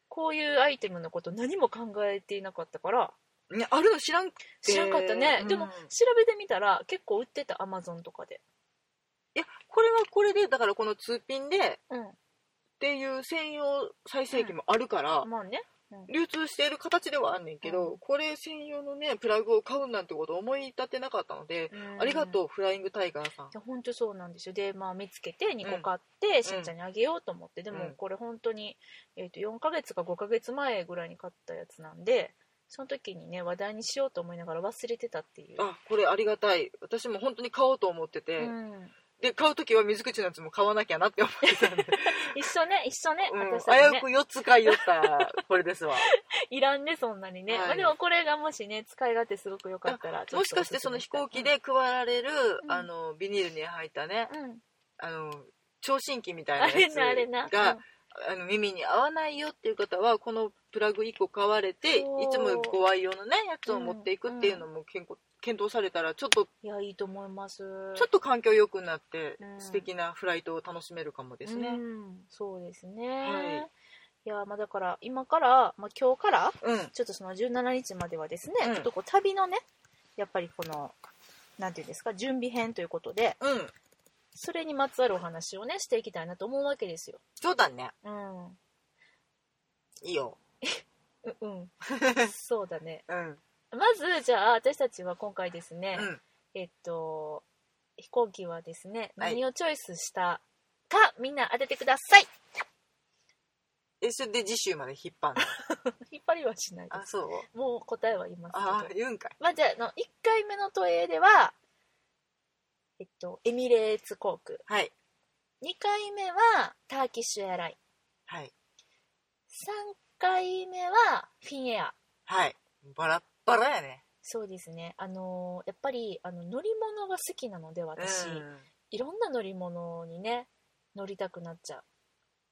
[SPEAKER 1] こういうアイテムのこと何も考えていなかったから
[SPEAKER 2] ねあるの知らんくて
[SPEAKER 1] 知らんかったね、
[SPEAKER 2] うん
[SPEAKER 1] でも調べてみたら結構売ってたアマゾンとかで
[SPEAKER 2] いやこれはこれでだからこの通ピンでっ
[SPEAKER 1] うん
[SPEAKER 2] ていう専用再生機もあるから、
[SPEAKER 1] まあね
[SPEAKER 2] 流通している形ではあんねんけど、
[SPEAKER 1] うん
[SPEAKER 2] これ専用のねプラグを買うなんてこと思い立てなかったので、ありが
[SPEAKER 1] う
[SPEAKER 2] とうフライングタイガーさん
[SPEAKER 1] いや本当そうなんですよで、まあ、見つけて2個買って、しんちゃんにあげようと思ってで
[SPEAKER 2] う
[SPEAKER 1] も
[SPEAKER 2] ん
[SPEAKER 1] これ本当に、えー、と4ヶ月か5ヶ月前ぐらいに買ったやつなんでその時にね話題にしようと思いながら忘れてたっていう、
[SPEAKER 2] あこれありがたい私も本当に買おうと思ってて、
[SPEAKER 1] うん、
[SPEAKER 2] で買う時は水口のやつも買わなきゃなって思ってた んで、
[SPEAKER 1] 一緒ね一緒ね、
[SPEAKER 2] うん
[SPEAKER 1] 私
[SPEAKER 2] 危
[SPEAKER 1] たち
[SPEAKER 2] う
[SPEAKER 1] ね
[SPEAKER 2] く4つ買いよったこれですわ
[SPEAKER 1] いらんねそんなにね、
[SPEAKER 2] はい
[SPEAKER 1] まあ、でもこれがもしね使い勝手すごく良かった らちょっと
[SPEAKER 2] もしかしてその飛行機で配られる、
[SPEAKER 1] うん
[SPEAKER 2] あのビニールに入ったね
[SPEAKER 1] うん、うん
[SPEAKER 2] あの聴診器みたい
[SPEAKER 1] あ
[SPEAKER 2] な
[SPEAKER 1] れ
[SPEAKER 2] やつ
[SPEAKER 1] なあれな
[SPEAKER 2] が、
[SPEAKER 1] うん
[SPEAKER 2] あの耳に合わないよっていう方はこのプラグ1個買われてい
[SPEAKER 1] そう
[SPEAKER 2] つもご愛用のねやつを持っていくっていうのも検討検討されたらちょっと
[SPEAKER 1] いやいいと思いますち
[SPEAKER 2] ちょっと環境良くなって
[SPEAKER 1] うん
[SPEAKER 2] 素敵なフライトを楽しめるかもです
[SPEAKER 1] う
[SPEAKER 2] ね。
[SPEAKER 1] ん、そうですね、、
[SPEAKER 2] はい
[SPEAKER 1] やまあだから今から、まあ、今日から
[SPEAKER 2] うん、
[SPEAKER 1] ちょっとその17日まではですね、
[SPEAKER 2] うん
[SPEAKER 1] ちょっとこう旅のねやっぱりこのなんていうんですか準備編ということで
[SPEAKER 2] うん、
[SPEAKER 1] それにまつわるお話をねしていきたいなと思うわけですよ
[SPEAKER 2] そうだね。
[SPEAKER 1] うんう
[SPEAKER 2] いいよ。
[SPEAKER 1] うん そうだね
[SPEAKER 2] うん、うん、
[SPEAKER 1] まずじゃあ私たちは今回ですね、えっと飛行機はですね
[SPEAKER 2] はい
[SPEAKER 1] 何をチョイスしたかみんな当ててください
[SPEAKER 2] え、それで次週まで引っ 張るの。
[SPEAKER 1] 引っ張りはしないで
[SPEAKER 2] あ、そう。
[SPEAKER 1] すもう答えは言いますけど
[SPEAKER 2] あ、言うんかい。
[SPEAKER 1] まあ、じゃああの1回目の都営では、えっと、エミレーツ航空
[SPEAKER 2] はい、
[SPEAKER 1] 2回目はターキッシュエアライン
[SPEAKER 2] はい、
[SPEAKER 1] 3回目はフィンエア
[SPEAKER 2] はい。バラッバラやね。
[SPEAKER 1] そうですねあのーやっぱりあの乗り物が好きなので私、
[SPEAKER 2] うん、
[SPEAKER 1] いろんな乗り物にね乗りたくなっちゃう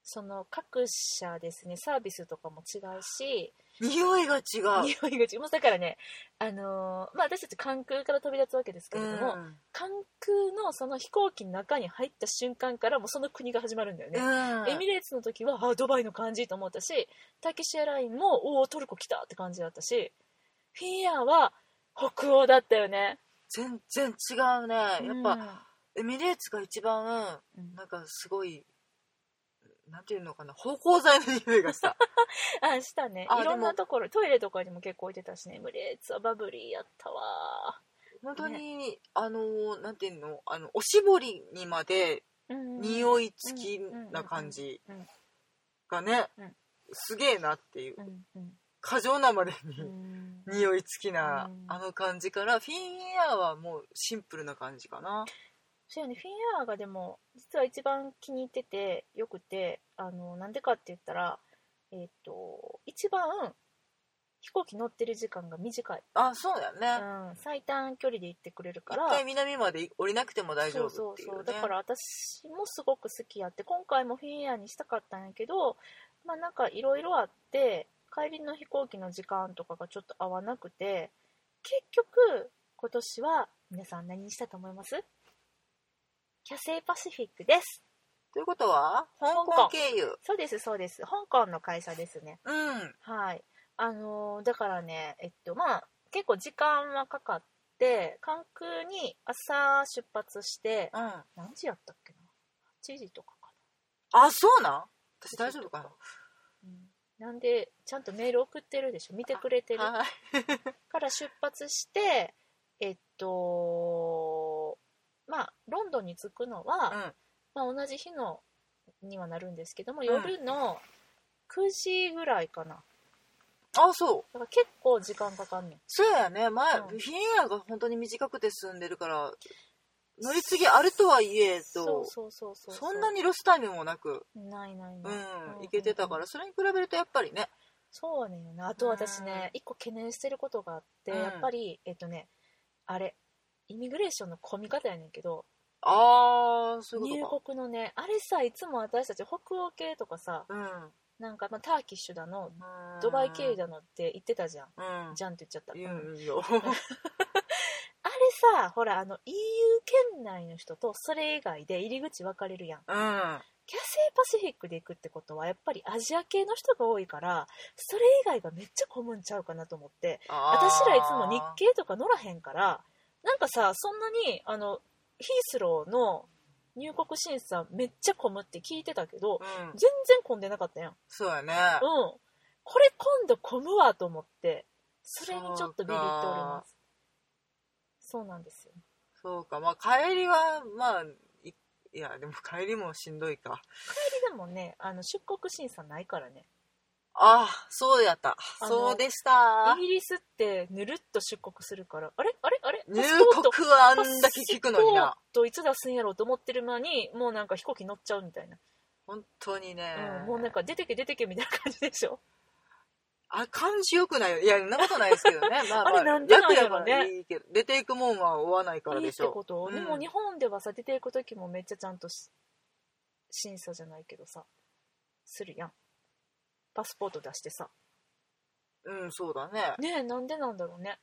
[SPEAKER 1] その各社ですねサービスとかも違うし
[SPEAKER 2] 匂いが違う。
[SPEAKER 1] 匂いが違うもうだからねあのーまあ私たち関空から飛び立つわけですけ
[SPEAKER 2] う
[SPEAKER 1] れど
[SPEAKER 2] ん、
[SPEAKER 1] も、関空のその飛行機の中に入った瞬間からもうその国が始まるんだよね、
[SPEAKER 2] うん、
[SPEAKER 1] エミレーツの時はあドバイの感じと思ったしタキシエアラインもおおトルコ来たって感じだったしフィンエアは北欧だったよね
[SPEAKER 2] 全然違うね。やっぱ、
[SPEAKER 1] ぱ、
[SPEAKER 2] エミレーツが一番、
[SPEAKER 1] うん
[SPEAKER 2] なんかすごい、なんていうのかな、芳香剤の匂いが した。
[SPEAKER 1] あしたね
[SPEAKER 2] あ
[SPEAKER 1] いろん
[SPEAKER 2] で
[SPEAKER 1] な
[SPEAKER 2] も
[SPEAKER 1] ところトイレとかにも結構置いてたしねエミレーツはバブリーやったわ
[SPEAKER 2] 本当に、あの、なんていうの、あの、おしぼりにまで
[SPEAKER 1] うん
[SPEAKER 2] 匂い付きな感じ
[SPEAKER 1] うん
[SPEAKER 2] がね
[SPEAKER 1] うん、
[SPEAKER 2] すげえなっていう
[SPEAKER 1] う。んうん
[SPEAKER 2] 過剰なまで
[SPEAKER 1] う
[SPEAKER 2] に
[SPEAKER 1] ん
[SPEAKER 2] 匂い付きな
[SPEAKER 1] うん
[SPEAKER 2] あの感じから、フィンエアはもうシンプルな感じかな。
[SPEAKER 1] そうやねフィンエアーがでも実は一番気に入っててよくてあのなんでかって言ったらえーっ、と一番飛行機乗ってる時間が短い、
[SPEAKER 2] あ、そうだよ
[SPEAKER 1] う
[SPEAKER 2] ね。
[SPEAKER 1] ん、最短距離で行ってくれるか
[SPEAKER 2] 一
[SPEAKER 1] ら
[SPEAKER 2] 回南まで降りなくても大丈
[SPEAKER 1] そうそ
[SPEAKER 2] 夫っ
[SPEAKER 1] う
[SPEAKER 2] てい
[SPEAKER 1] そうう
[SPEAKER 2] ね。
[SPEAKER 1] だから私もすごく好きやって今回もフィンエアにしたかったんやけどまあなんかいろいろあって帰りの飛行機の時間とかがちょっと合わなくて結局今年は皆さん何にしたと思いますキャセイパシフィックです
[SPEAKER 2] ということは、香
[SPEAKER 1] 香
[SPEAKER 2] 港
[SPEAKER 1] 港
[SPEAKER 2] 経由。
[SPEAKER 1] そうですそうです香港の会社ですね
[SPEAKER 2] うん。
[SPEAKER 1] はいあのーだからねえっとまあ結構時間はかかって関空に朝出発して
[SPEAKER 2] うん。
[SPEAKER 1] 何時やったっけな8時とかか
[SPEAKER 2] あ、そうなん私大丈夫か
[SPEAKER 1] な、うん、なんでちゃんとメール送ってるでしょ見てくれてる
[SPEAKER 2] なはい。
[SPEAKER 1] から出発してえっとまあロンドンに着くのは、
[SPEAKER 2] うん
[SPEAKER 1] まあ、同じ日のにはなるんですけども
[SPEAKER 2] ん
[SPEAKER 1] 夜の9時ぐらいかな、
[SPEAKER 2] あ、そう。
[SPEAKER 1] だから結構時間かかんねん
[SPEAKER 2] そうやね。前、
[SPEAKER 1] うん
[SPEAKER 2] フィンエアが本当に短くて済んでるから、乗り継ぎあるとはいえ
[SPEAKER 1] そ
[SPEAKER 2] と
[SPEAKER 1] う、そうそうそう
[SPEAKER 2] そんなにロスタイムもなく、
[SPEAKER 1] ないない
[SPEAKER 2] うん
[SPEAKER 1] ない、、
[SPEAKER 2] いけてたから、それに比べるとやっぱりね、
[SPEAKER 1] そうねんよなあと私ね一個懸念してることがあって、
[SPEAKER 2] うん
[SPEAKER 1] やっぱりえっとねあれイミグレーションの混み方やねんけど
[SPEAKER 2] あー、そうい
[SPEAKER 1] 入
[SPEAKER 2] うこと
[SPEAKER 1] 国のねあれさいつも私たち北欧系とかさ
[SPEAKER 2] か。
[SPEAKER 1] なんか、まあ、ターキッシュだの
[SPEAKER 2] うん。
[SPEAKER 1] ドバイ経由だのって言ってたじゃん、
[SPEAKER 2] うん。
[SPEAKER 1] じゃんって言っちゃった、
[SPEAKER 2] 言
[SPEAKER 1] うん
[SPEAKER 2] うん よ。
[SPEAKER 1] あれさほらあの EU 圏内の人とそれ以外で入り口分かれるやん
[SPEAKER 2] うん。
[SPEAKER 1] キャセイパシフィックで行くってことはやっぱりアジア系の人が多いからそれ以外がめっちゃ混むんちゃうかなと思って私らいつも日系とか乗らへんからなんかさそんなにあのヒースローの入国審査めっちゃ混むって聞いてたけど
[SPEAKER 2] 経。うん
[SPEAKER 1] 全。然混んでなかったやんうん
[SPEAKER 2] そうやね。
[SPEAKER 1] これ今度混むわと思ってそれにちょっとビビっておりますそうなんですよ
[SPEAKER 2] そうか。まあ帰りは、まあ、いいや、でも帰りもしんどいか。
[SPEAKER 1] 帰りでもねあの出国審査ないからね
[SPEAKER 2] ああ、そうやった。
[SPEAKER 1] あの
[SPEAKER 2] そうでした
[SPEAKER 1] イ。ギリスってぬるっと出国するからあれあれあれ
[SPEAKER 2] 入
[SPEAKER 1] パスポート
[SPEAKER 2] 国はあんだけ聞くのにな
[SPEAKER 1] パ。スポートいつ出すんやろうと思ってる間にもうなんか飛行機乗っちゃうみたいな、
[SPEAKER 2] 本当にね。
[SPEAKER 1] うん、もうなんか出てけ出てけみたいな感じでしょ
[SPEAKER 2] あ、感じ良くないよ。いや、そんなことないですけどね。まあ、ま
[SPEAKER 1] あれなんでなん
[SPEAKER 2] 楽
[SPEAKER 1] や
[SPEAKER 2] や
[SPEAKER 1] ろ
[SPEAKER 2] か
[SPEAKER 1] ね
[SPEAKER 2] らいいけど、出ていくもんは追わないから
[SPEAKER 1] いい
[SPEAKER 2] で
[SPEAKER 1] っ
[SPEAKER 2] してょ
[SPEAKER 1] こ。と、
[SPEAKER 2] うん
[SPEAKER 1] でも日本ではさ出ていく時もめっちゃちゃんとし審査じゃないけどさするやんパスポート出してさ
[SPEAKER 2] うんそうだね
[SPEAKER 1] ねえなんでなんだろうね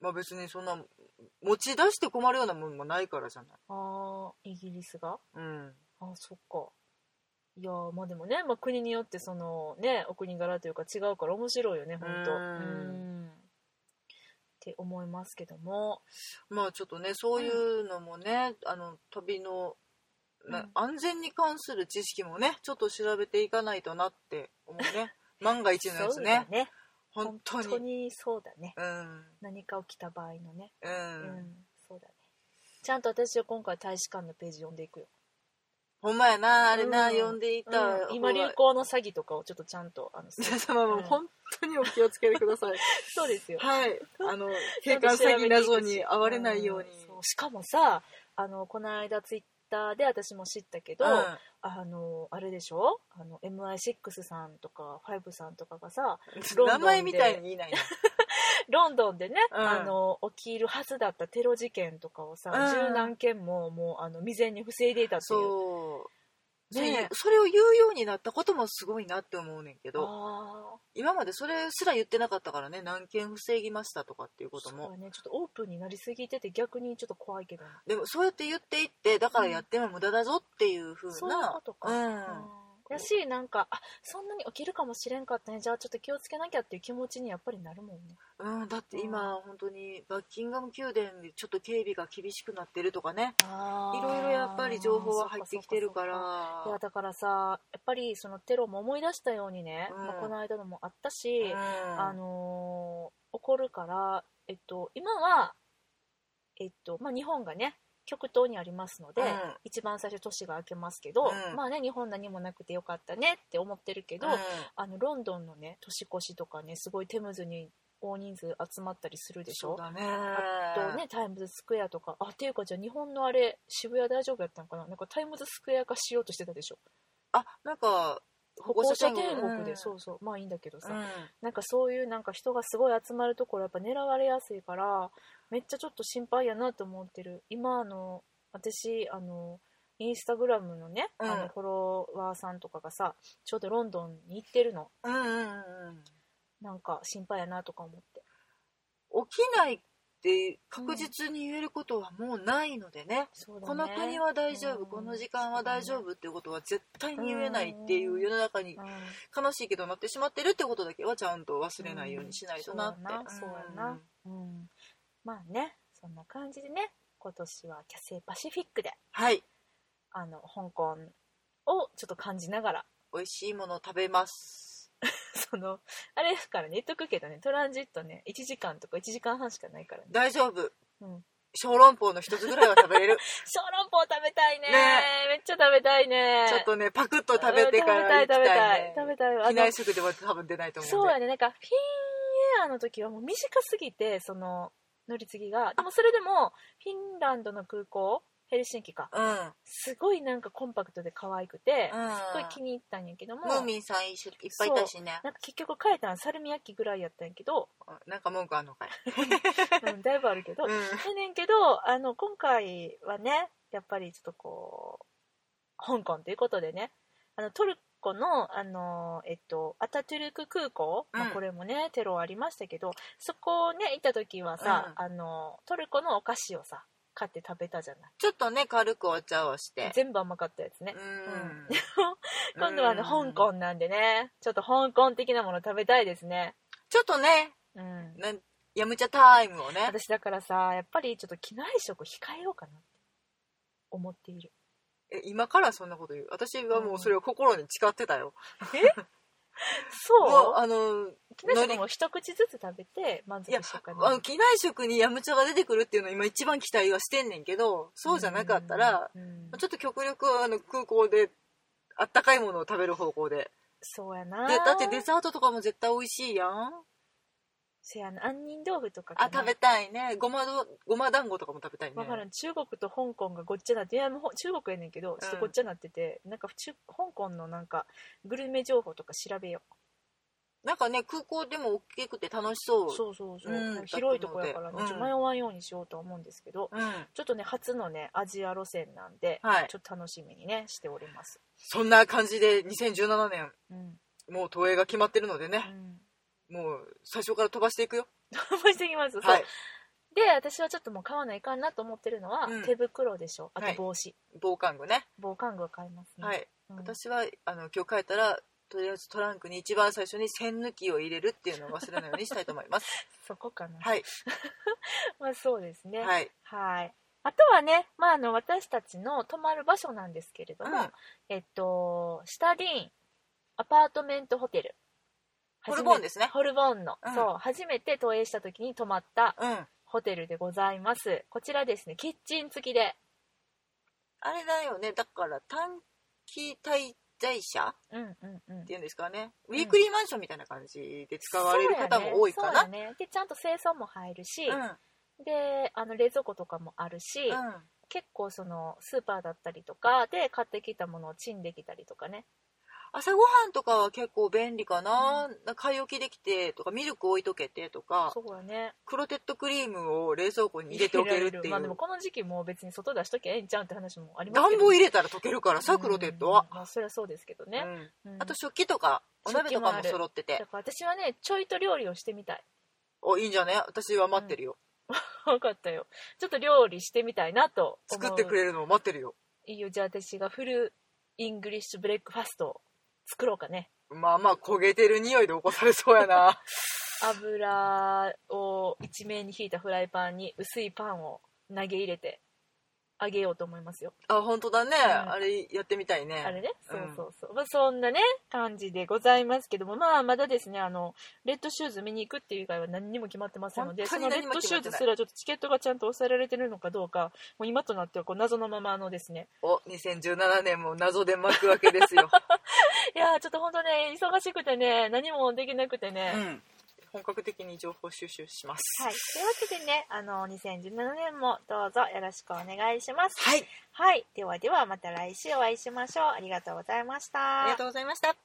[SPEAKER 2] まあ別にそんな持ち出して困るようなもんもないからじゃない
[SPEAKER 1] あーイギリスが
[SPEAKER 2] うん
[SPEAKER 1] あそっかいやーまあでもね、まあ、国によってそのねお国柄というか違うから面白いよね本当
[SPEAKER 2] う
[SPEAKER 1] うんんって思いますけども
[SPEAKER 2] まあちょっとねそういうのもね、あの旅の、
[SPEAKER 1] う
[SPEAKER 2] ね
[SPEAKER 1] ん
[SPEAKER 2] 安全に関する知識もねちょっと調べていかないとなって思う ね万が一のやつ
[SPEAKER 1] そうだ
[SPEAKER 2] ね
[SPEAKER 1] ね
[SPEAKER 2] 本当に
[SPEAKER 1] そうだね
[SPEAKER 2] うん
[SPEAKER 1] 何か起きた場合のね
[SPEAKER 2] う、
[SPEAKER 1] うんん、そうだねちゃんと私は今回大使館のページ読んでいくよ、
[SPEAKER 2] ほんまやなあれな、
[SPEAKER 1] うん
[SPEAKER 2] 読んでいた方が、
[SPEAKER 1] うん今流行の詐欺とかをちょっとちゃんとあの
[SPEAKER 2] 皆様
[SPEAKER 1] う
[SPEAKER 2] も
[SPEAKER 1] ん
[SPEAKER 2] 本当にお気をつけてください
[SPEAKER 1] そうですよ
[SPEAKER 2] はいあの警官詐欺謎に遭われないように、
[SPEAKER 1] んそしかもさあのこの間ツイッターで私も知ったけど、あのあれでしょあの MI6 さんとか5さんとかがさ
[SPEAKER 2] う
[SPEAKER 1] ロンドン
[SPEAKER 2] ん、
[SPEAKER 1] で
[SPEAKER 2] 名前みたいに言いないな
[SPEAKER 1] ロンドンでね、
[SPEAKER 2] うん
[SPEAKER 1] あの起きるはずだったテロ事件とかをさ、
[SPEAKER 2] うん
[SPEAKER 1] 十何件ももうあの未然に防いでいたっていう
[SPEAKER 2] そうそ
[SPEAKER 1] ねえ
[SPEAKER 2] ういうそれを言うようになったこともすごいなって思うねんけど
[SPEAKER 1] あー
[SPEAKER 2] 今までそれすら言ってなかったからね何件防ぎましたとかっていうこと
[SPEAKER 1] そう
[SPEAKER 2] も
[SPEAKER 1] だねちょっとオープンになりすぎてて逆にちょっと怖いけどね
[SPEAKER 2] でもそうやって言っていってだからやっても無駄だぞっていうふう
[SPEAKER 1] そういう
[SPEAKER 2] な
[SPEAKER 1] ことか
[SPEAKER 2] うん
[SPEAKER 1] やしなんかあそんなに起きるかもしれんかったねじゃあちょっと気をつけなきゃっていう気持ちにやっぱりなるもんね
[SPEAKER 2] うん、だって今本当にバッキンガム宮殿でちょっと警備が厳しくなってるとかねい
[SPEAKER 1] い
[SPEAKER 2] ろいろやっぱり情報は入ってきてるから
[SPEAKER 1] いやだからさやっぱりそのテロも思い出したようにね、
[SPEAKER 2] うん
[SPEAKER 1] まあ、この間のもあったし、
[SPEAKER 2] うん
[SPEAKER 1] あのー起こるから、えっと、今は、えっとまあ、日本がね極東にありますので、
[SPEAKER 2] うん
[SPEAKER 1] 一番最初都市が明けますけど、
[SPEAKER 2] うん
[SPEAKER 1] まあね日本何もなくてよかったねって思ってるけど、
[SPEAKER 2] うん
[SPEAKER 1] あのロンドンのね年越しとかねすごいテムズに大人数集まったりするでし
[SPEAKER 2] そう
[SPEAKER 1] ょ
[SPEAKER 2] だね
[SPEAKER 1] あとねタイムズスクエアとかあっていうかじゃあ日本のあれ渋谷大丈夫やったのかななんかタイムズスクエア化しようとしてたでしょ
[SPEAKER 2] あなんか
[SPEAKER 1] 歩行者天
[SPEAKER 2] う
[SPEAKER 1] 国
[SPEAKER 2] ん
[SPEAKER 1] で、そうそうまあいいんだけどさ、
[SPEAKER 2] うん
[SPEAKER 1] なんかそういうなんか人がすごい集まるところやっぱ狙われやすいからめっちゃちょっと心配やなと思ってる今あの私あのインスタグラムのね、
[SPEAKER 2] うん
[SPEAKER 1] あのフォロワーさんとかがさちょうどロンドンに行ってるの
[SPEAKER 2] うんうんうんうん
[SPEAKER 1] なんか心配やなとか思って
[SPEAKER 2] 起きないって確実に言えることはもうないのでね、
[SPEAKER 1] そうだね
[SPEAKER 2] この国は大丈夫、
[SPEAKER 1] うん
[SPEAKER 2] この時間は大丈夫っていうことは絶対に言えないっていう世の中に
[SPEAKER 1] うん
[SPEAKER 2] 悲しいけどなってしまってるってことだけはちゃんと忘れないようにしないとなって、
[SPEAKER 1] うんそうやなうん、まあねそんな感じでね今年はキャセイパシフィックで
[SPEAKER 2] はい
[SPEAKER 1] あの香港をちょっと感じながら
[SPEAKER 2] 美味しいものを食べます
[SPEAKER 1] そのあれですからね言っとくけどねトランジットね1時間とか1時間半しかないからね
[SPEAKER 2] 大丈夫、
[SPEAKER 1] うん
[SPEAKER 2] 小籠包の一つぐらいは食べ れる
[SPEAKER 1] 小籠包食べたいね
[SPEAKER 2] ね
[SPEAKER 1] めっちゃ食べたいね
[SPEAKER 2] ちょっとねパクッと食べてか
[SPEAKER 1] う
[SPEAKER 2] ら
[SPEAKER 1] ん
[SPEAKER 2] 行きた
[SPEAKER 1] 食べた
[SPEAKER 2] い,、
[SPEAKER 1] い
[SPEAKER 2] ね、
[SPEAKER 1] 食べたい食べたい
[SPEAKER 2] 機
[SPEAKER 1] あの
[SPEAKER 2] 内食では多分出ないと思うんで
[SPEAKER 1] そうやねなんかフィンエアの時はもう短すぎてその乗り継ぎがでもそれでもフィンランドの空港ヘルシンキか
[SPEAKER 2] うん、
[SPEAKER 1] すごいなんかコンパクトで可愛くて、
[SPEAKER 2] うん
[SPEAKER 1] すっごい気に入ったんやけども
[SPEAKER 2] ムーミンさん一緒いっぱいいたしね
[SPEAKER 1] なんか結局変えたんサルミヤッキぐらいやったんやけ ど、
[SPEAKER 2] なんか文句あんのかい、
[SPEAKER 1] うん、だいぶあるけど、
[SPEAKER 2] うん
[SPEAKER 1] やねんけどあの今回はねやっぱりちょっとこう香港ということでねあのトルコの、あのえっと、アタトゥルク空港、まあ
[SPEAKER 2] うん
[SPEAKER 1] これもねテロありましたけどそこね行った時はさ、
[SPEAKER 2] う
[SPEAKER 1] あのトルコのお菓子をさ買って食べたじゃない
[SPEAKER 2] ちょっとね軽くお茶をして
[SPEAKER 1] 全部甘かったやつね、
[SPEAKER 2] うん
[SPEAKER 1] 今度はあの香港なんでねちょっと香港的なもの食べたいですね
[SPEAKER 2] ちょっとね
[SPEAKER 1] うん
[SPEAKER 2] なんやむちゃタイムをね
[SPEAKER 1] 私だからさやっぱりちょっと機内食控えようかなって思っている
[SPEAKER 2] え今からそんなこと言う私はもうそれを心に誓ってたよ、もう
[SPEAKER 1] そう
[SPEAKER 2] あの
[SPEAKER 1] 機内食も一口ずつ食べて満足
[SPEAKER 2] いや
[SPEAKER 1] しようかな
[SPEAKER 2] あの機内食にやむちゃが出てくるっていうのを今一番期待はしてんねんけどそうじゃなかったら、
[SPEAKER 1] うんうん
[SPEAKER 2] ちょっと極力あの空港であったかいものを食べる方向で
[SPEAKER 1] そうやな
[SPEAKER 2] でだってデザートとかも絶対美味しいやん
[SPEAKER 1] せやな杏仁豆腐とかか
[SPEAKER 2] あ
[SPEAKER 1] な
[SPEAKER 2] 食べたいねごまどごま団子とかも食べたいね
[SPEAKER 1] わからん中国と香港がごっちゃなっていやもうほ中国やねんけどちょっとごっちゃなってて、なんか中香港のなんかグルメ情報とか調べよ
[SPEAKER 2] なんかね空港でも大きくて楽しそう
[SPEAKER 1] そうそうそう、
[SPEAKER 2] うん
[SPEAKER 1] 広いとこやからね、
[SPEAKER 2] うん
[SPEAKER 1] ちょっと迷わんようにしようと思うんですけど、
[SPEAKER 2] うん、
[SPEAKER 1] ちょっとね初のねアジア路線なんで、
[SPEAKER 2] はい
[SPEAKER 1] ちょっと楽しみにねしております、
[SPEAKER 2] そんな感じで2017年
[SPEAKER 1] うん
[SPEAKER 2] もう投影が決まってるので
[SPEAKER 1] う
[SPEAKER 2] ね、
[SPEAKER 1] ん、
[SPEAKER 2] もう最初から飛ばしていくよ
[SPEAKER 1] 飛ばしてきます、
[SPEAKER 2] は
[SPEAKER 1] そ
[SPEAKER 2] い
[SPEAKER 1] うで私はちょっともう買わないかんなと思ってるのは、
[SPEAKER 2] うん
[SPEAKER 1] 手袋でしょあ
[SPEAKER 2] は
[SPEAKER 1] と
[SPEAKER 2] い
[SPEAKER 1] 帽子、
[SPEAKER 2] 防寒具ね
[SPEAKER 1] 防寒具を買いますね、
[SPEAKER 2] はい
[SPEAKER 1] うん
[SPEAKER 2] 私はあの今日帰ったらとりあえずトランクに一番最初に栓抜きを入れるっていうのを忘れないようにしたいと思います
[SPEAKER 1] そこかな、
[SPEAKER 2] はい
[SPEAKER 1] まあそうですね
[SPEAKER 2] はい
[SPEAKER 1] はいあとはね、まあ、あの私たちの泊まる場所なんですけれども、
[SPEAKER 2] うん
[SPEAKER 1] えっとシタディーンアパートメントホテル
[SPEAKER 2] ホルボンですすね
[SPEAKER 1] ホルボンの、
[SPEAKER 2] うん
[SPEAKER 1] そう初めて投影した時に泊まった
[SPEAKER 2] うん
[SPEAKER 1] ホテルでございますこちらですねキッチン付きで、
[SPEAKER 2] あれだよねだから短期滞在者
[SPEAKER 1] うんうんうん
[SPEAKER 2] って、いうんですかねウ
[SPEAKER 1] ん
[SPEAKER 2] ィークリーマンションみたいな感じで使われる方も多いかな
[SPEAKER 1] そうやねそうやねでちゃんと清掃も入るし、
[SPEAKER 2] うん
[SPEAKER 1] であの冷蔵庫とかもあるし、
[SPEAKER 2] うん
[SPEAKER 1] 結構そのスーパーだったりとかで買ってきたものをチンできたりとかね
[SPEAKER 2] 朝ごはんとかは結構便利かな、なんか買い置きできてとかミルク置いとけてとか
[SPEAKER 1] そうやね
[SPEAKER 2] クロテッドクリームを冷蔵庫に入れておけるっていう
[SPEAKER 1] まあでもこの時期もう別に外出しときゃええんちゃうんって話もありますけ
[SPEAKER 2] 暖
[SPEAKER 1] ど
[SPEAKER 2] 房入れたら溶けるからさクロテッドは
[SPEAKER 1] う、んまあそりゃそうですけどね、
[SPEAKER 2] うん
[SPEAKER 1] うん
[SPEAKER 2] あと食器とかお鍋
[SPEAKER 1] 食
[SPEAKER 2] とか
[SPEAKER 1] 器もあ
[SPEAKER 2] も
[SPEAKER 1] る
[SPEAKER 2] 揃って
[SPEAKER 1] だ
[SPEAKER 2] て
[SPEAKER 1] から私はねちょいと料理をしてみたい
[SPEAKER 2] おいいんじゃね私は待ってるよ、
[SPEAKER 1] 分かったよちょっと料理してみたいなと思う
[SPEAKER 2] 作ってくれるのを待ってるよ
[SPEAKER 1] いいよじゃあ私がフルイングリッシュブレックファストを作ろうかね
[SPEAKER 2] まあまあ焦げてる匂いで起こされそう やな
[SPEAKER 1] 油を一面に引いたフライパンに薄いパンを投げ入れて揚げようと思いますよ、
[SPEAKER 2] あ本当だね、
[SPEAKER 1] ん
[SPEAKER 2] あれやってみたい
[SPEAKER 1] あ
[SPEAKER 2] ね
[SPEAKER 1] れねそううんそうそう、まあ、そんなね感じでございますけどもまあまだですねあのレッドシューズ見に行くっていう以外は何にも決まってませんのでその
[SPEAKER 2] 本当に
[SPEAKER 1] レ
[SPEAKER 2] 何
[SPEAKER 1] ッ
[SPEAKER 2] も
[SPEAKER 1] ド
[SPEAKER 2] 決
[SPEAKER 1] シュ
[SPEAKER 2] ま
[SPEAKER 1] ー
[SPEAKER 2] って
[SPEAKER 1] ズ
[SPEAKER 2] ない
[SPEAKER 1] すらちょっとチケットがちゃんと抑えられてるのかどうかもう今となってはこう謎のままのですね
[SPEAKER 2] お2017年も謎で巻くわけで すよ、
[SPEAKER 1] いやーちょっと本当ね忙しくてね何もできなくてね、
[SPEAKER 2] うん、本格的に情報収集します
[SPEAKER 1] はい、というわけでね、あの、2017年もどうぞよろしくお願いします。
[SPEAKER 2] はい、
[SPEAKER 1] はい、ではではまた来週お会いしましょう。ありがとうございました。
[SPEAKER 2] ありがとうございました